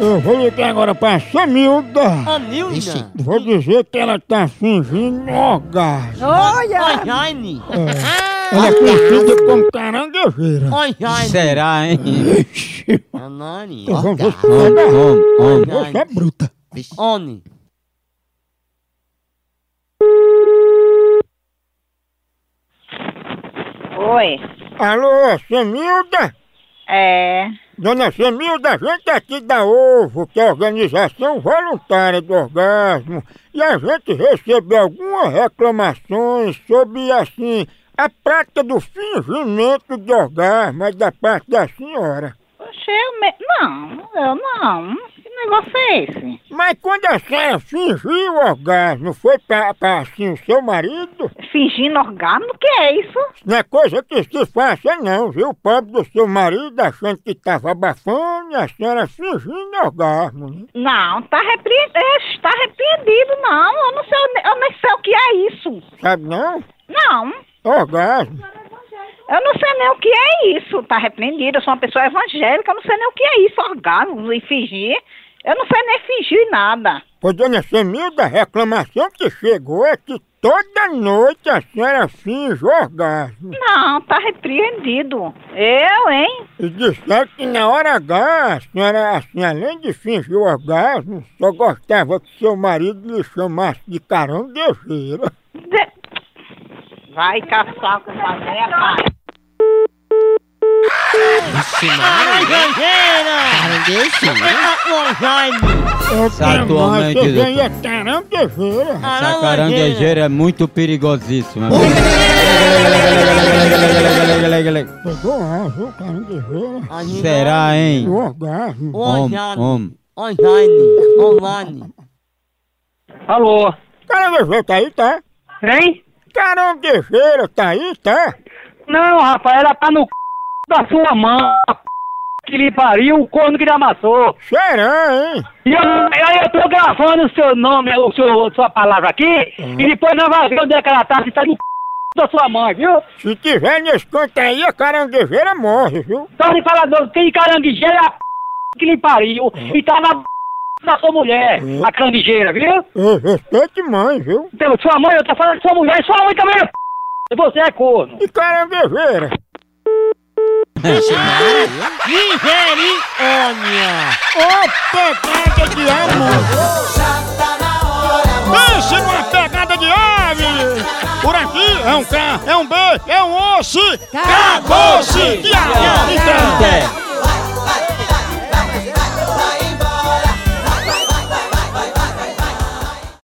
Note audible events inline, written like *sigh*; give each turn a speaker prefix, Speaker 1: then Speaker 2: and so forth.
Speaker 1: Eu vou ligar agora pra Samilda.
Speaker 2: Anilda. *laughs*
Speaker 1: Vou dizer que ela tá fingindo orgasmo.
Speaker 3: Olha!
Speaker 2: Onhaine.
Speaker 1: Ela é conhecida como caranguejeira.
Speaker 2: Onhaine.
Speaker 4: Será, hein?
Speaker 1: Ixi,
Speaker 2: Anani.
Speaker 1: eu vou ver se
Speaker 4: Homem,
Speaker 1: pega.
Speaker 4: homem, homem.
Speaker 1: Você é bruta.
Speaker 2: Oni.
Speaker 3: Oi.
Speaker 1: Alô, Samilda?
Speaker 3: É.
Speaker 1: Dona Semilda, a gente aqui da OVO, que é a Organização Voluntária do Orgasmo, e a gente recebeu algumas reclamações sobre, assim, a prática do fingimento de orgasmo é da parte da senhora.
Speaker 3: Poxa, eu me... Não, eu não. Que negócio é esse?
Speaker 1: Mas quando a senhora fingiu o orgasmo, foi para, assim, o seu marido?
Speaker 3: Fingindo orgasmo, o que é isso?
Speaker 1: Isso Não é coisa que se faça não, viu? O pobre do seu marido achando que estava abafando e a senhora fingindo orgasmo, né?
Speaker 3: Não, tá, repre... é, tá repreendido, não. Eu não sei, eu nem sei o que é isso.
Speaker 1: Sabe não?
Speaker 3: Não.
Speaker 1: Orgasmo.
Speaker 3: Eu não sei nem o que é isso, tá repreendido. Eu sou uma pessoa evangélica, eu não sei nem o que é isso, orgasmo e fingir. Eu não sei nem fingir nada.
Speaker 1: Pois, dona Semilda, a reclamação que chegou é que toda noite a senhora finge orgasmo.
Speaker 3: Não, tá repreendido. Eu, hein?
Speaker 1: E disseram que na hora H, a senhora, assim, além de fingir o orgasmo, só gostava que seu marido lhe chamasse de caranguejeira.
Speaker 3: De- Vai caçar com panela, pai.
Speaker 2: Caranguejeira.
Speaker 4: Caranguejeira.
Speaker 2: Onhaine.
Speaker 4: Sai tua mãe,
Speaker 1: É Você
Speaker 4: querido.
Speaker 1: ganha caranguejeira.
Speaker 4: Essa caranguejeira é muito perigosíssima.
Speaker 1: Pegou lá, viu, caranguejeira?
Speaker 4: Şey, Será, hein?
Speaker 1: E o orgasmo.
Speaker 4: Homem,
Speaker 2: Onhaine.
Speaker 4: homem.
Speaker 2: Onhaine. Online.
Speaker 5: Alô?
Speaker 1: Caranguejeira tá aí, tá?
Speaker 5: Hein?
Speaker 1: Caranguejeira tá aí, tá?
Speaker 5: Não, rapaz, ela tá no c... da sua mãe. a p... Que lhe pariu, o corno que lhe amassou.
Speaker 1: Será, hein?
Speaker 5: E eu, eu, eu tô gravando o seu nome, o seu, sua palavra aqui, e depois nós vamos ver onde é que ela tá, se tá no c... da sua mãe, viu?
Speaker 1: Se tiver nesse canto aí, a caranguejeira morre, viu?
Speaker 5: Só Tá de falar do que caranguejeira é a p... que lhe pariu, e tá na p... da sua mulher, a caranguejeira, viu?
Speaker 1: Ei, Respeite mãe, viu?
Speaker 5: Então, sua mãe, eu tô falando de sua mulher, e sua mãe também é p... e você é corno.
Speaker 1: E caranguejeira?
Speaker 2: Nigeriônia.
Speaker 1: Ô, pegada de alma! Pense numa pegada de ave! Por aqui é um K, é um B, é um osso! Acabou-se! Acabou-se!